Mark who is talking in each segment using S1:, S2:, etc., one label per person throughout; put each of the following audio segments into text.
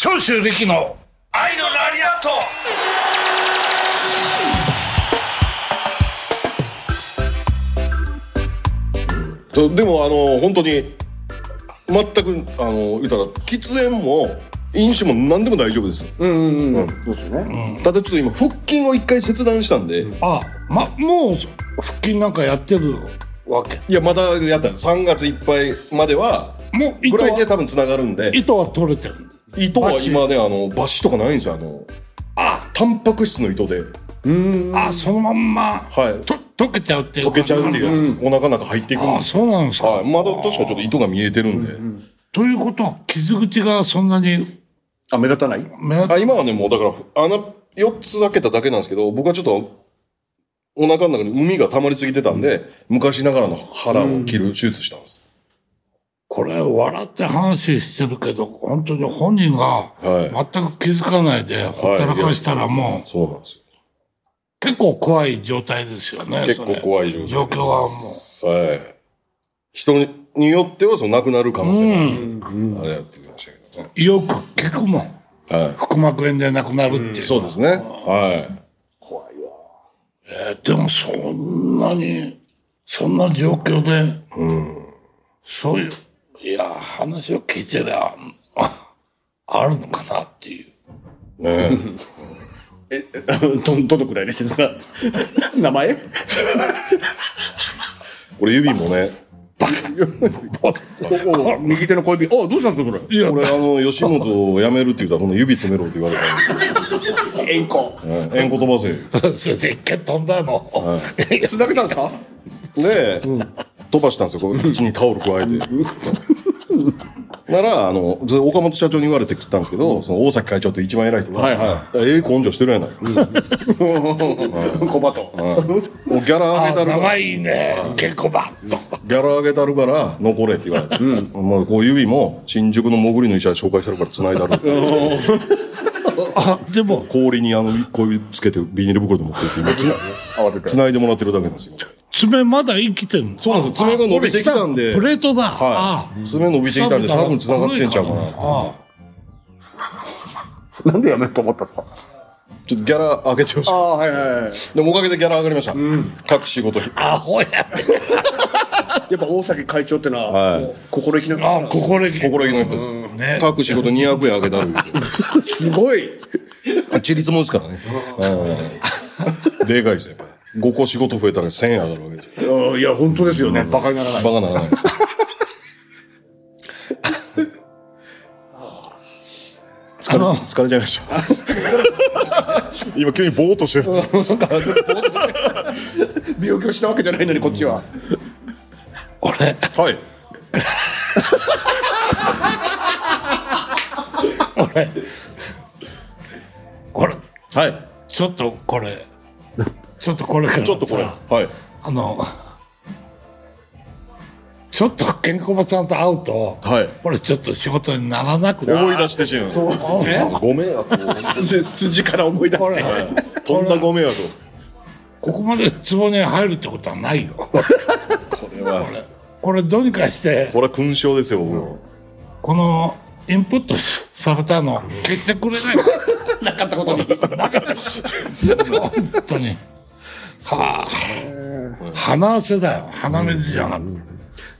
S1: 長州力の
S2: 愛のラリアット
S3: とでもあの本当に全くあの言ったら喫煙も飲酒も何でも大丈夫です、
S4: そうですよね。
S3: ただちょっと今腹筋を一回切断したんで、い
S1: あまもう腹筋なんかやってるわけ
S3: やまだやった3月いっぱいまでは
S1: もう
S3: ぐ
S1: 糸
S3: らいで
S1: は
S3: 多分つながるんで
S1: 糸は取れてるんだ
S3: 糸は今ねあのバシとかないんですよあのあタンパク質の糸で
S1: あそのまんま、
S3: はい
S1: と溶けちゃうっていう
S3: 溶けちゃうっていうやつです、お腹の中入っていくん
S1: あ
S3: です
S1: そうなんですか、
S3: はい、まだ確かちょっと糸が見えてるんで、
S1: ということは傷口がそんなに
S4: あ、目立たない。
S1: 目立
S3: あ今はねもうだから穴4つ開けただけなんですけど僕はちょっとお腹の中に海が溜まりすぎてたんで、昔ながらの腹を切る手術したんです、
S1: これ笑って話してるけど本当に本人が
S3: は
S1: 全く気づかないでほったらかしたらもう
S3: そうなんですよ
S1: 結構怖い状態ですよね
S3: 結構怖い状況です
S1: それ状況はもう
S3: はい人にによってはその亡くなる可能性もある、あれやってきましたけどね、
S1: よく聞くもん
S3: はい
S1: 腹膜炎で亡くなるっていう、
S3: そうですねはい
S1: えーでもそんなにそんな状況で、そういういや話を聞いてりゃ ああるのかなっていう
S3: ね
S4: ど、どのくらいですか 名前
S3: これ指もね
S4: おお右手の小指。おどうしたんですか、これ。
S3: 俺あの吉本を辞めるって言ったらこの指詰めろって言われた
S4: 円弧。
S3: んで、えんこ飛ばせよ
S1: それで一回飛んだの、 いや
S4: つなげたんですか
S3: で、飛ばしたんですよこう口にタオル加えてならあのず岡本社長に言われてきたんですけど、その大崎会長って一番偉い人が「
S4: はいは
S3: ええ根性してるやないか」
S4: コバと。
S3: もうギャラ上げた
S1: あ
S3: るから
S1: 長いね結構バッと
S3: ギャラ上げたるから残れって言われて、まあ、こう指も新宿の潜りの医者で紹介してるから繋いだる
S1: あでも
S3: 氷にあの小指つけてビニール袋で持ってって今
S4: 慌てて。
S3: つないでもらってるだけなんですよ
S1: 爪まだ生きてるの
S3: そうなんですよ爪が伸びてきたんで
S1: プレートだ、あ
S3: はい爪伸びてきたんで多分繋がってんちゃうかな
S1: あ
S4: なんでやめると思ったんですか
S3: ちょっとギャラ上げてほしい
S4: ああ、はいはいはい。
S3: でもおかげでギャラ上がりました、各仕事費
S1: アホや
S4: やっぱ大崎会長ってのは、
S3: はい
S4: もう心意気な
S1: あここで
S3: 心意気の人です、各仕事200円上げたる
S4: すごい。
S3: 自立もですからね、うんでかいですよやっぱり5個仕事増えたら1000円上がるわけですよ
S4: ああいや、本当ですよね。バカにならない。
S3: バカならない疲れ疲れちゃいました今急にぼーっとしてる
S4: 病気をしたわけじゃないのに、こっちは。
S1: 俺
S3: はい
S1: 俺これ
S3: はい
S1: ちょっとこれちょっとこれから
S3: ちょっとこれ
S1: さ
S3: はい
S1: あのちょっとケンコバさんと会うと、
S3: はい
S1: これちょっと仕事にならなくな
S3: 思い出してしまう
S4: そうですね。
S3: ご迷 惑を
S4: 筋から思い出して。
S3: とんだご迷惑を
S1: ここまで壺に入るってことはないよこれどうにかして
S3: これは勲章ですよ僕の
S1: このインプットされたの消してくれないか
S4: なかったことに。
S1: 本当にはあ鼻汗だよ鼻水じゃなくて、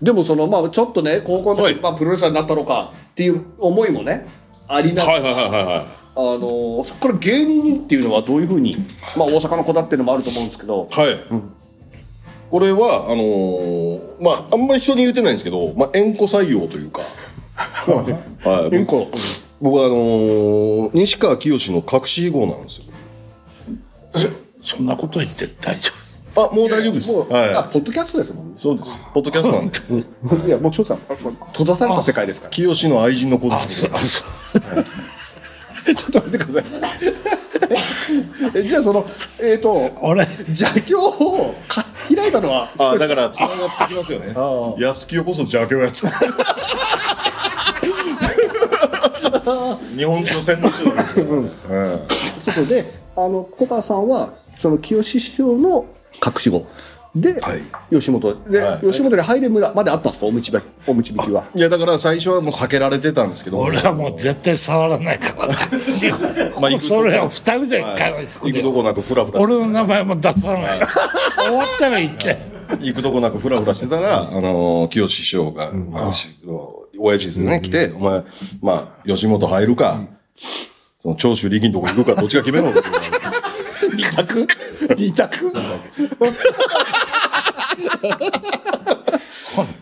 S4: でもそのまあちょっとね高校の時、
S3: はい
S4: まあ、プロレスラーになったのかっていう思いもねありな、
S3: はいはいはいはいはい
S4: あのーそこから芸人にっていうのはどういうふうに、まあ、大阪の子だっていうのもあると思うんですけど
S3: はい、これはあのーまああんまり人に言ってないんですけど、まあ、縁故採用というか、はい、
S4: うんこ
S3: 僕はあのー西川きよしの隠し号なんですよ
S1: そんなこと言って大丈夫
S3: あもう大丈夫です
S4: もう、あ
S3: は
S4: ポッドキャストですもんね
S3: いそうですポッドキャストなんで
S4: いやもう翔さん閉ざされた世界ですから
S3: きよしの愛人の子ですけど
S4: ちょっと待ってください えじゃあそのえっ、と
S1: 俺
S4: 邪教をか開いたのは
S3: あだからつながってきますよね安清こそ邪教 やつ日本中の戦闘士なんですよ
S4: そうそうであのコバさんはその清志師匠の隠し子で、
S3: はい
S4: 吉本で、
S3: はい
S4: 吉本に入れ村まであったんですかおむちびおむちびき は。
S3: いや、だから最初はもう避けられてたんですけど、
S1: 俺はもう絶対触らない からな
S3: まあ行くとこ
S1: それを二人で
S3: はい
S1: 会話して
S3: 行くとこなくフラフラ
S1: 俺の名前も出さ ない終わったら行って
S3: 行くとこなくフラフラしてたら、あのー、清志師匠が、まあ、し親父ですね、来て、お前、まあ、吉本入るか、その長州力のとこ行く か、どっちが決めろって言われて
S4: 二 択二択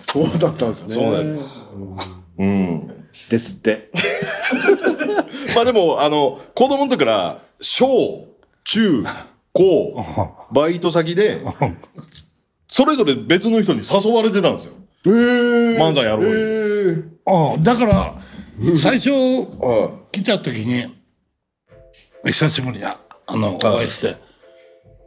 S4: そうだったんですね。
S3: そうなんです。
S4: ですって。
S3: まあでも、あの、子供の時から、小、中、 高、バイト先で、それぞれ別の人に誘われてたんですよ。
S4: えー、
S3: 漫才やろうよ
S4: えー
S1: ああだから最初
S3: はい
S1: 来た時に久しぶりにああのお
S3: はい
S1: 会いして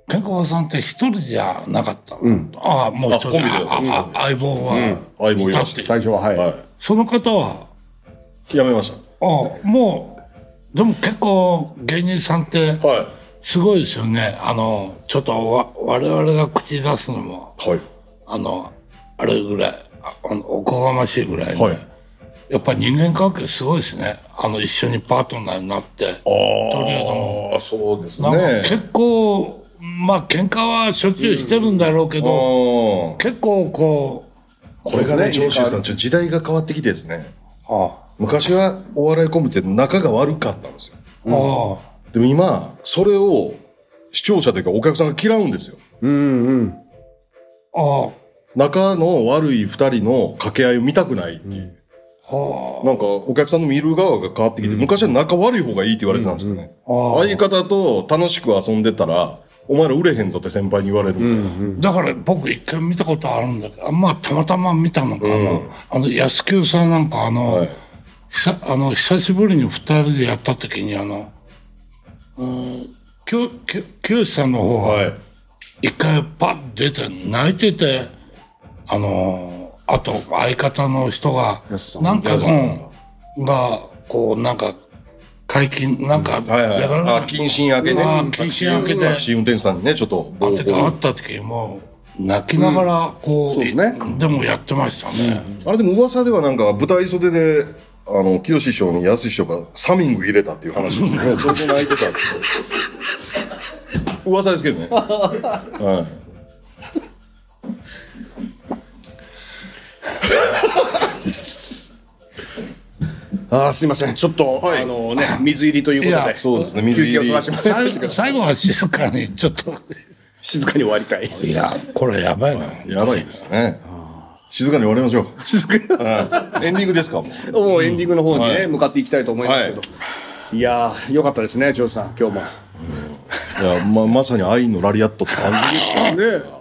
S1: ケンコバさんって一人じゃなかったの、ああもう一人
S3: あコンビで
S1: ああ相棒は、
S3: 相棒いました
S1: いたって
S4: 最初ははい。
S3: は。
S1: その方はい
S3: やめまし
S1: ああもうでも結構芸人さんって
S3: た。は
S1: すごいですよねあのちょっとわ我々が口出すのも
S3: い。はい。
S1: あのあれぐらいああのおこがましいぐらいで、
S3: はい
S1: やっぱり人間関係すごいですねあの一緒にパートナーになって
S3: ああ、そうです
S1: なん
S3: ね
S1: か。結構、まあ喧嘩はしょっちゅうしてるんだろうけ
S3: あ
S1: ど、
S3: ー
S1: 結構こ
S3: これがね、長州さん、ちょっと時代が変わってきてですね。
S4: あ
S3: 昔はお笑いコンビって仲が悪かったんですよ。
S1: う、あ
S3: でも今、それを視聴者というかお客さんが嫌うんですよ。
S1: あ、ああ、
S3: 仲の悪い二人の掛け合いを見たくないっていう。なんか、お客さんの見る側が変わってきて、昔は仲悪い方がいいって言われてたんですよね。相方と楽しく遊んでたら、お前ら売れへんぞって先輩に言われるんで。
S1: だから僕一回見たことあるんだけど、まあたまたま見たのかな。あの安久さんなんかあの、
S3: はい
S1: ひさあの久しぶりに二人でやった時にあの、うん、きょきよしさんの方は
S3: はい。
S1: 一回パッ出て泣いてて、あのー、あと相方の人が、なんか、
S3: 安さん
S1: うん、が、こう、なんか、解禁、なんか、
S3: はいはい
S1: やら
S3: あ
S1: な、い。
S3: 謹慎明けね。
S1: あー謹慎明けで
S3: タクシー運転手さんにね、ちょっと暴
S1: てか、あっ
S3: 行。
S1: た時も、泣きながら、こう、
S4: そうですね
S1: いでもやってましたね。
S3: あれでも噂ではなんか、舞台袖で、あの、清志師匠に安師匠がサミング入れたっていう話をしてね、それで泣いてたって。噂ですけどね。はい。
S4: あー、すいません。ちょっと、あのね、水入りということ
S1: い
S4: で。
S1: や
S3: そうですね水入り
S4: 休憩を取らせてもらいましたけ
S1: 最最
S4: ど
S1: 後は静かに、ちょっと、
S4: 静かに終わりたい。
S1: いや、これやばいな。
S3: やばいですね。静かに終わりましょう。静かに。エンディングですかもう
S4: もうエンディングの方にね、
S3: はい
S4: 向かっていきたいと思いますけど。、
S3: はい
S4: やー、よかったですね、長州さん、今日も。
S3: いや、ま、まさに愛のラリアットって感じでした。
S4: ね、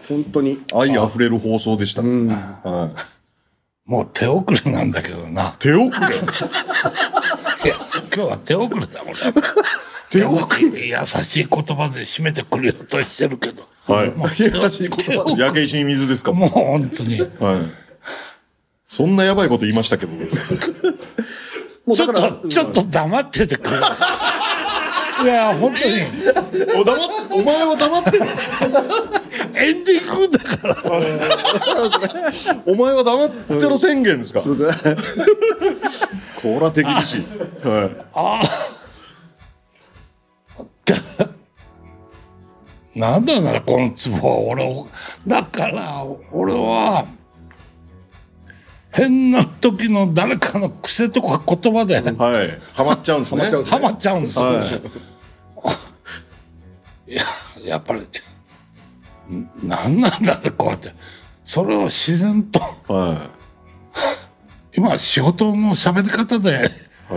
S4: 本当に。
S3: 愛溢れる放送でした。はい
S1: もう手遅れなんだけどな。
S3: 手遅 れ
S1: いや今日は手遅れだ、俺。手遅れ優しい言葉で締めてくれようとしてるけど。
S3: はい
S1: もう。
S3: 優しい言葉で。焼け石に水ですかも
S1: もう本当に。
S3: うはい。そんなやばいこと言いましたけど。
S4: もう
S1: ちょ
S4: だ
S1: っ
S4: から、
S1: と、ちょっと黙っててくれ。いや、本当
S3: お黙っお前は黙ってる
S1: に。エンディングだから。
S3: お前は黙ってろ宣言ですかこら手厳しい。はい。
S1: なんだよな、このツボは。俺を、だから、俺は、変な時の誰かの癖とか言葉で、
S3: はい。ハマっちゃうんですね。
S4: ハマっちゃうんです
S1: ハマっちゃうんですよね。、
S3: はい
S1: や、やっぱり、んなんなんだって、こうやって。それを自然と、
S3: は
S1: 今、仕事の喋り方で、
S3: い。は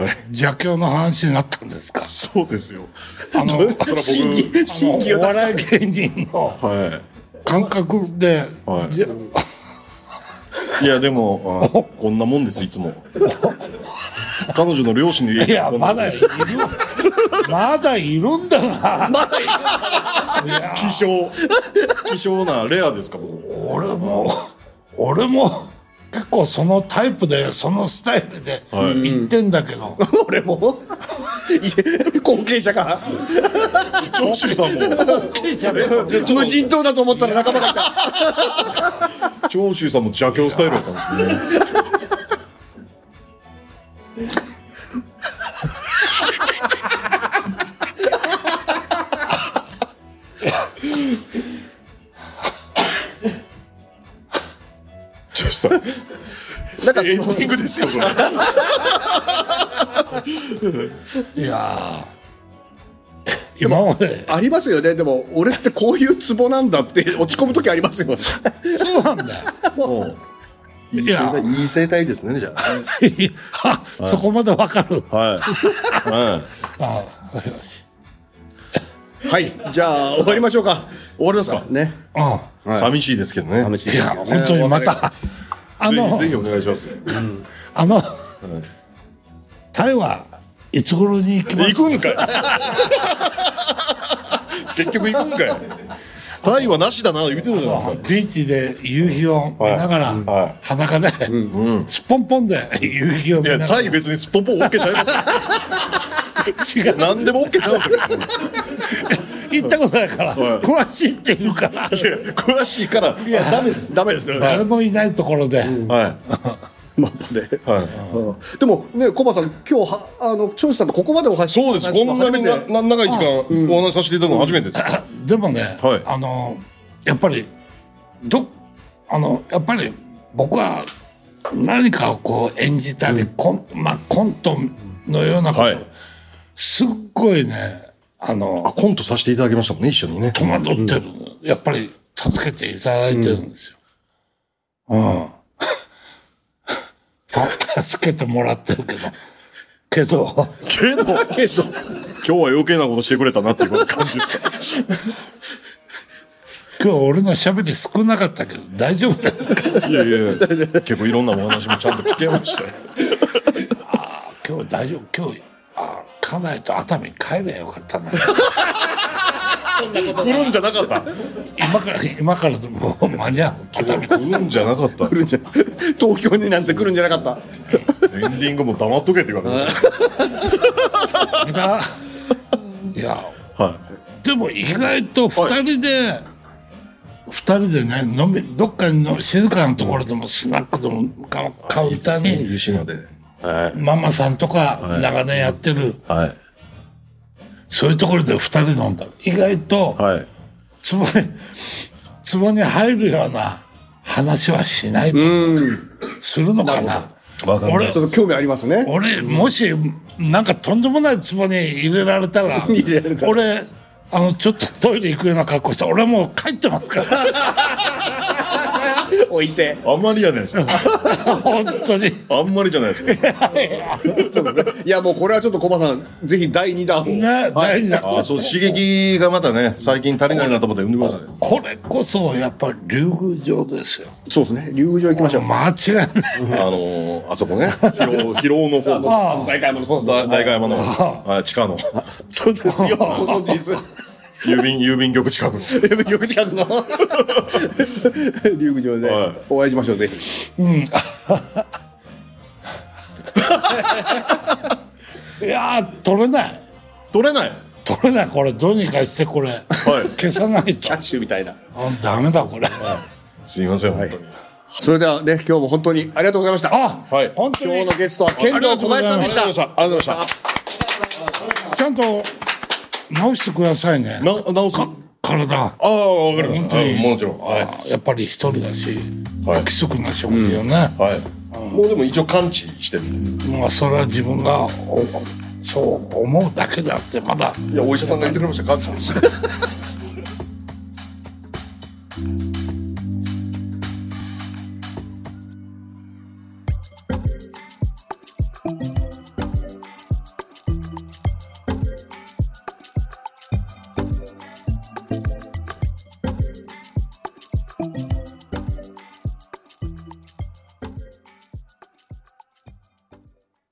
S3: い。
S1: 邪教の話になったんですか。
S3: そうですよ。
S1: あの、
S3: そら
S4: 新
S3: 僕、
S4: 規、新規
S1: お
S4: を出す。
S1: 笑い芸人の
S3: は
S1: 感覚で、
S3: はい
S1: じゃ
S3: い。いや、でも、あこんなもんです、いつも。彼女の両親に
S1: いや、
S3: こんな
S1: まだいる、まだいるんだな。
S3: 希少、希少なレアですか、僕。
S1: 俺も、俺も、結構そのタイプで、そのスタイルで
S3: はい
S1: 言ってんだけど、
S4: 俺もいえ言後継者から。
S3: 長州さんも、
S4: 無人島だと思ったら仲間がいた。
S3: 長州さんも邪教スタイルだったんですね。 長州さん、
S4: なんか
S3: エンディングですよ、それ。
S1: いやー今まで、
S4: ありますよね。でも、俺ってこういうツボなんだって落ち込む時ありますよ。
S1: そうなんだよ。
S3: もういい
S1: いや
S3: 生態いい生態ですね、じゃ
S1: あそこまでわかる。
S3: あ。はい。は
S1: あ
S3: い。
S1: よし。
S4: はい。じゃあ、終わりましょうか。
S3: 終わりますか
S4: ね。
S1: う
S3: 寂しいですけどね。
S4: 試し
S1: ん。いや、本当にまた、あの、
S3: ぜひぜひお願いしますよ。
S1: あの、タイはいつ頃に行きます
S3: 行くんかい結局行くんかいタイはなしだな言ってたじゃないですか
S1: ビーチで夕日を見ながら、
S3: は
S1: 裸で、すっぽんぽんで夕日を見
S3: い
S1: な
S3: や
S1: が
S3: タ
S1: ら
S3: イ別にすっぽんぽん OK ちゃいますよ
S1: 違う
S3: 何でも OK ちゃいますよ
S1: 行ったことないから、
S3: はい
S1: 詳しいって言うから
S3: いや詳しいからダメですダメですねはい
S1: 誰もいないところで、
S4: マップで。
S3: はい
S4: でもね、コバさん、今日は、あの、長州さんとここまでお話し
S3: そうですこんなにな
S4: 初めて
S3: な長い時間お話しさせていただくの初めてです
S1: でもね、
S3: はい
S1: あのやっぱりどあのやっぱり僕は何かをこう演じたり、コンまあ、コントのようなこと、
S3: はい
S1: すっごいねあの
S3: あコントさせていただきましたもんね一緒にね
S1: 戸惑ってる、やっぱり助けていただいてるんですよ。うん。助けてもらってるけど。けど、
S3: けどけど今日は余計なことしてくれたなっていう感じですか
S1: 今日俺の喋り少なかったけど大丈夫ですか
S3: いやいやいや結構いろんなお話もちゃんと聞けましたよ
S1: 今日大丈夫今日、あ、家内と熱海帰ればよかったな。
S3: 来るんじゃなかった
S1: 今から、今からでもう間に合う。熱海。
S3: 来るんじゃなかった
S4: 来るんじゃ、東京になんて来るんじゃなかった。
S3: エンディングも黙っとけって言われまし
S1: みんないや、
S3: た。はい。
S1: でも意外と二人で、二人でね飲みどっかの静かなところでもスナックでも買う買うたに
S3: 湯島で。はい。
S1: ママさんとか長年やってる
S3: はい。
S1: そういうところで二人飲んだら意外と
S3: はい。
S1: つぼにつぼに入るような話はしないとするのかな
S3: わかんない
S1: 俺
S4: ちょっと興味ありますね。
S1: 俺もしなんかとんでもない壺に入れられたら
S4: 入れられたら
S1: 俺あのちょっとトイレ行くような格好して俺はもう帰ってますから
S4: 置いて。
S3: あんまりやないですか。
S1: 本当に
S3: あんまりじゃないですか。
S4: いや、もうこれはちょっとコバさん、ぜひ第2弾を。
S1: ね大事な
S3: ああ、そう、刺激がまたね、最近足りないなと思って呼んでください。
S1: これこそやっぱり竜宮城ですよ
S4: そうですね。竜宮城行きましょう。
S1: 間違いない
S3: あのー、あそこね。広広尾の方の。
S1: あ
S4: 大会もそう
S3: だ大河山の、はい地下の、
S4: そうですよ。ご存知 です。
S3: 郵便、郵便局近くの。
S4: よく近くの竜宮城で
S3: はい
S4: お会いしましょう、ぜひ。
S1: あいやー取れない
S3: 取れない。
S1: 取れないこれどうにかしてこれ、消さないと
S4: キャッシュみたいな。
S1: あダメだこれ
S3: すみません、本当に。
S4: それではね、今日も本当にありがとうございました。
S1: あ、
S3: はい
S1: 本当
S4: 今日
S1: に
S4: のゲストは剣道小林さんでした。
S3: ありがとうございました。ありがとうございまし
S1: ちゃんと直してくださいね
S3: た。な、直す。
S1: 体
S3: ああ、わかりました。はいもちろん。はい。
S1: やっぱり一人だし、
S3: はい
S1: 不規則な食事よね、
S3: はい。もうでも一応完治してる。
S1: まあそれは自分がおそう思うだけであってまだ
S3: いや、お医者さんが言ってくれました、完治です。